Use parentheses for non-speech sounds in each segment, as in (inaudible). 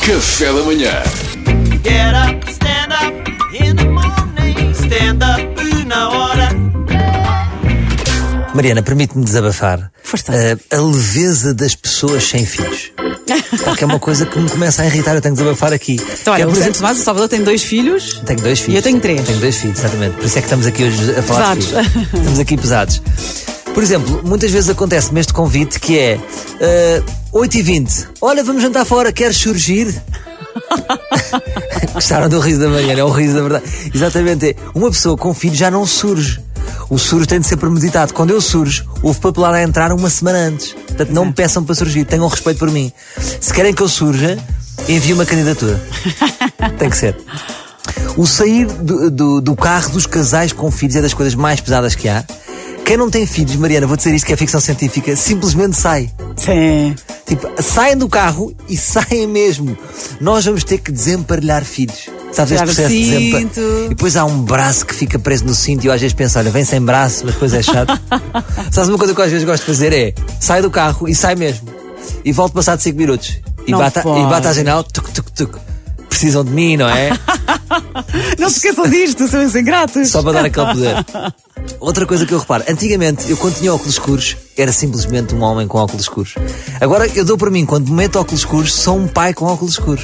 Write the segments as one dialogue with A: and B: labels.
A: Café da manhã.
B: Get up, stand up in the morning. Stand up na hora.
C: Mariana, permite-me desabafar.
D: Força.
C: Ah, a leveza das pessoas sem
D: (laughs)
C: filhos. Pá, que é uma coisa que me começa a irritar, eu tenho que desabafar aqui.
D: Então,
C: Que é,
D: olha,
C: por exemplo,
D: por exemplo, mais o Salvador tem dois filhos.
C: Tenho dois filhos.
D: E eu tenho três.
C: Tenho dois filhos, exatamente. Por isso é que estamos aqui hoje a falar de
D: Pesados.
C: filhos. Estamos aqui pesados. Por exemplo, muitas vezes acontece-me este convite que é ah, 8h20. Olha, vamos jantar fora, queres surgir? (laughs) Gostaram do riso da Mariana, é um riso da verdade. Exatamente, é. Uma pessoa com filho já não surge. O surge tem de ser premeditado. Quando eu surjo, houve papelada a entrar uma semana antes. Portanto, não me peçam para surgir, tenham respeito por mim. Se querem que eu surja, enviem uma
D: (laughs)
C: candidatura. Tem que ser. O sair do, do- do carro dos casais com filhos é das coisas mais pesadas que há. Quem não tem filhos, Mariana, vou dizer isto que é ficção científica, simplesmente sai.
D: Sim.
C: Tipo, saem do carro e (laughs) saem mesmo. Nós vamos ter que desemparelhar filhos. Sabes este
D: Tirar o
C: processo de
D: cinto.
C: desempa- E depois há um braço que fica preso no cinto e eu às vezes penso, olha, vem sem braço, mas depois é
D: (laughs)
C: chato. Sabes uma coisa que eu às vezes gosto de fazer é saio do carro e sai mesmo. E volto passado 5 minutos. E
D: Não
C: bata, e
D: pode.
C: bata a janela, tuc, tuc, tuc. Precisam de mim, não é?
D: Não se esqueçam disto, são os ingratos.
C: Só para dar aquele poder. Outra coisa que eu reparo, antigamente eu quando tinha óculos escuros era simplesmente um homem com óculos escuros. Agora eu dou para mim, quando me meto óculos escuros, sou um pai com óculos escuros.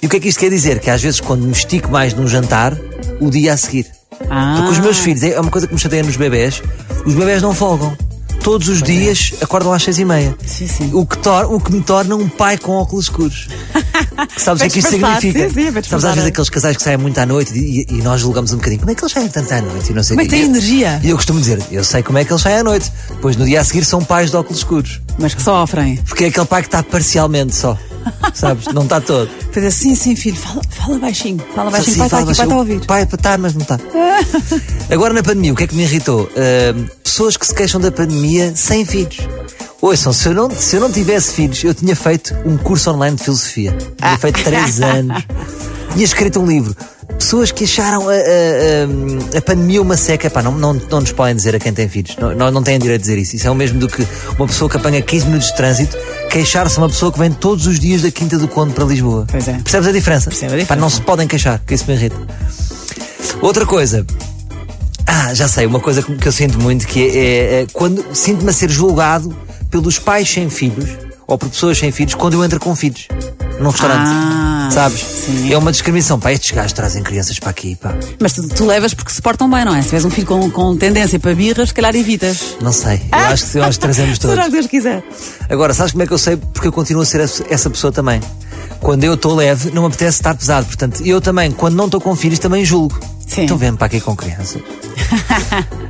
C: E o que é que isto quer dizer? Que às vezes quando me estico mais num jantar, o dia a seguir.
D: Ah.
C: Porque os meus filhos, é uma coisa que me chateia nos bebés, os bebés não folgam. Todos os dias acordam às seis e meia.
D: é. Sim, sim.
C: O que, tor- o que me torna um pai com óculos
D: (laughs)
C: escuros. Sabes o que é que isto
D: Vai
C: significa?
D: disfarçar, sim, sim, vai
C: Sabes às
D: disfarçar.
C: vezes aqueles casais que saem muito à noite e, e nós julgamos um bocadinho. Como é que eles saem tanto à noite? E não sei
D: Como é
C: o
D: que
C: quê.
D: têm energia?
C: E eu costumo dizer, eu sei como é que eles saem à noite. Pois no dia a seguir são pais de óculos escuros.
D: Mas que sofrem.
C: Porque é aquele pai que está parcialmente
D: (laughs)
C: só. Sabes? Não está todo.
D: Fazer assim, sim, filho, fala, fala baixinho. Fala baixinho,
C: Sim,
D: pai está
C: fala
D: aqui, pai
C: baixinho.
D: está a ouvir.
C: Pai está, mas não
D: (laughs)
C: está. Agora na pandemia, o que é que me irritou? Ahm, pessoas que se queixam da pandemia sem filhos. Ouçam, se eu, não, se eu não tivesse filhos, eu tinha feito um curso online de filosofia.
D: Ah.
C: Tinha feito
D: (laughs)
C: três anos. Tinha escrito um livro. Pessoas que acharam a, a- a- a pandemia uma seca, pá, não, não, não nos podem dizer a quem tem filhos. Não, não, não têm direito de dizer isso. Isso é o mesmo do que uma pessoa que apanha 15 minutos de trânsito queixar-se a uma pessoa que vem todos os dias da Quinta do Conde para Lisboa.
D: Pois é.
C: Percebes a diferença?
D: Percebo a diferença.
C: Pá, não se podem queixar, que isso me irrita. Outra coisa. Ah, já sei, uma coisa que que eu sinto muito que é, é, é quando sinto-me a ser julgado pelos pais sem filhos ou por pessoas sem filhos quando eu entro com filhos num restaurante.
D: Ah,
C: sabes?
D: sim.
C: É uma discriminação. Pá, estes gajos trazem crianças para aqui, pá.
D: Mas tu, tu levas porque se portam bem, não é? Se tiveres um filho com, com tendência para birras, se calhar evitas.
C: Não sei. Eu
D: Ah!
C: acho que nós
D: (laughs)
C: trazemos todos.
D: Será que Deus quiser?
C: Agora, sabes como é que eu sei? Porque eu continuo a ser essa- essa pessoa também. Quando eu estou leve, não me apetece estar pesado. Portanto, eu também, quando não estou com filhos, também julgo.
D: Sim.
C: Então vem para aqui com crianças.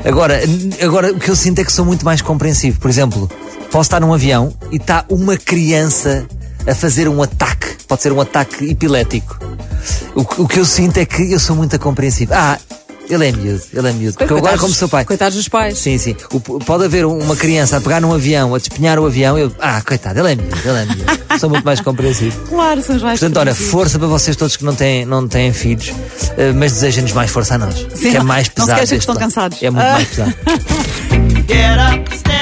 C: agora, n- agora, o que eu sinto é que sou muito mais compreensivo. Por exemplo, posso estar num avião e está uma criança a fazer um ataque. Pode ser um ataque epilético. O, que- o que eu sinto é que eu sou muito compreensivo. Ah, ele é miúdo, ele é miúdo. Porque eu agora,
D: Coitados-
C: como seu pai.
D: Coitados dos pais.
C: Sim, sim. O- pode haver um- uma criança a pegar num avião, a despenhar o avião, eu. Ah, coitado, ele é miúdo, ele é
D: (laughs)
C: miúdo. Sou muito mais compreensivo.
D: Claro, são os mais
C: Portanto, olha,
D: felizes.
C: força para vocês todos que não têm, não têm filhos, eh, mas desejem-nos mais força a nós.
D: Sim,
C: que é
D: não-
C: mais
D: não se
C: pesado.
D: queixem que
C: este É
D: (laughs) estão
C: lado.
D: cansados.
C: É muito
D: Ah.
C: mais pesado.
B: Get up, stand